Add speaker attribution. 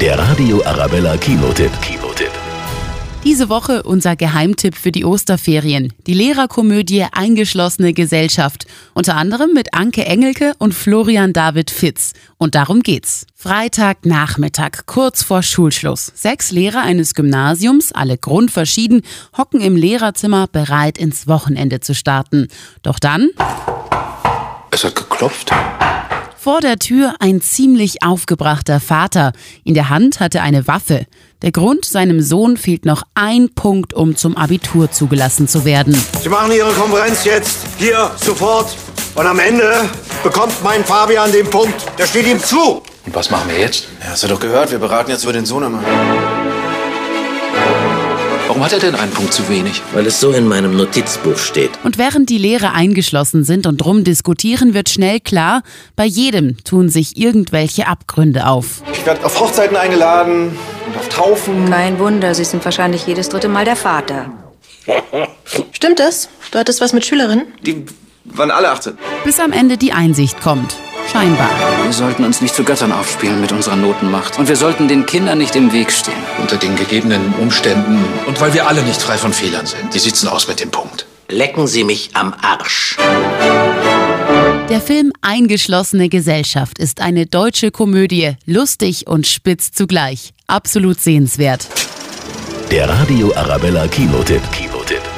Speaker 1: Der Radio Arabella Kinotipp. Kinotipp.
Speaker 2: Diese Woche unser Geheimtipp für die Osterferien. Die Lehrerkomödie Eingeschlossene Gesellschaft. Unter anderem mit Anke Engelke und Florian David Fitz. Und darum geht's. Freitagnachmittag, kurz vor Schulschluss. Sechs Lehrer eines Gymnasiums, alle grundverschieden, hocken im Lehrerzimmer bereit ins Wochenende zu starten. Doch dann
Speaker 3: Es hat geklopft.
Speaker 2: Vor der Tür ein ziemlich aufgebrachter Vater. In der Hand hatte eine Waffe. Der Grund, seinem Sohn fehlt noch ein Punkt, um zum Abitur zugelassen zu werden.
Speaker 3: Sie machen Ihre Konferenz jetzt. Hier, sofort. Und am Ende bekommt mein Fabian den Punkt. Der steht ihm zu.
Speaker 4: Und was machen wir jetzt?
Speaker 5: Ja, hast du doch gehört, wir beraten jetzt über den Sohnemann.
Speaker 4: Warum hat er denn einen Punkt zu wenig?
Speaker 6: weil es so in meinem Notizbuch steht.
Speaker 2: Und während die Lehrer eingeschlossen sind und drum diskutieren, wird schnell klar, bei jedem tun sich irgendwelche Abgründe auf.
Speaker 5: Ich werde auf Hochzeiten eingeladen und auf Taufen.
Speaker 7: Kein Wunder, Sie sind wahrscheinlich jedes dritte Mal der Vater.
Speaker 8: Stimmt das? Du hattest was mit Schülerinnen?
Speaker 5: Die waren alle 18.
Speaker 2: Bis am Ende die Einsicht kommt. Scheinbar.
Speaker 9: Wir sollten uns nicht zu Göttern aufspielen mit unserer Notenmacht. Und wir sollten den Kindern nicht im Weg stehen.
Speaker 4: Unter den gegebenen Umständen und weil wir alle nicht frei von Fehlern sind. Wie sieht's denn aus mit dem Punkt?
Speaker 6: Lecken Sie mich am Arsch.
Speaker 2: Der Film Eingeschlossene Gesellschaft ist eine deutsche Komödie, lustig und spitz zugleich. Absolut sehenswert.
Speaker 1: Der Radio Arabella Kinotipp. Kinotipp.